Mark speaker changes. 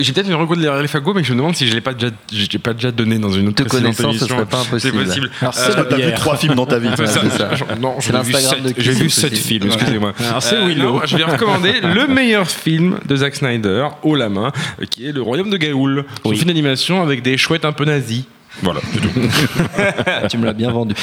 Speaker 1: J'ai peut-être une recours de l'Alphago, mais je me demande si je l'ai pas déjà, je l'ai pas déjà donné dans une autre
Speaker 2: Te
Speaker 1: précédente
Speaker 2: connaissant, ce
Speaker 1: émission.
Speaker 2: serait pas
Speaker 1: C'est
Speaker 2: impossible.
Speaker 1: possible.
Speaker 3: Alors,
Speaker 1: Euh,
Speaker 3: c'est
Speaker 1: bah,
Speaker 3: la
Speaker 1: t'as vu
Speaker 3: bière.
Speaker 1: trois-
Speaker 3: trois films dans ta vie.
Speaker 1: C'est
Speaker 2: Ouais,
Speaker 1: ça.
Speaker 2: c'est ça.
Speaker 1: Je- Non,
Speaker 2: C'est
Speaker 1: j'en ai vu
Speaker 2: l'Instagram de
Speaker 1: sept.
Speaker 2: Chris
Speaker 1: J'ai vu
Speaker 2: aussi.
Speaker 1: sept films,
Speaker 2: Ouais.
Speaker 1: excusez-moi.
Speaker 3: Alors, c'est
Speaker 1: Euh,
Speaker 3: Willow.
Speaker 1: non, je vais recommander le meilleur film de Zack Snyder, haut la main, euh, qui est Le Royaume de Gaoul. C'est Un film d'animation avec des chouettes un peu nazis. Voilà, c'est tout.
Speaker 2: Ah, tu me l'as bien vendu.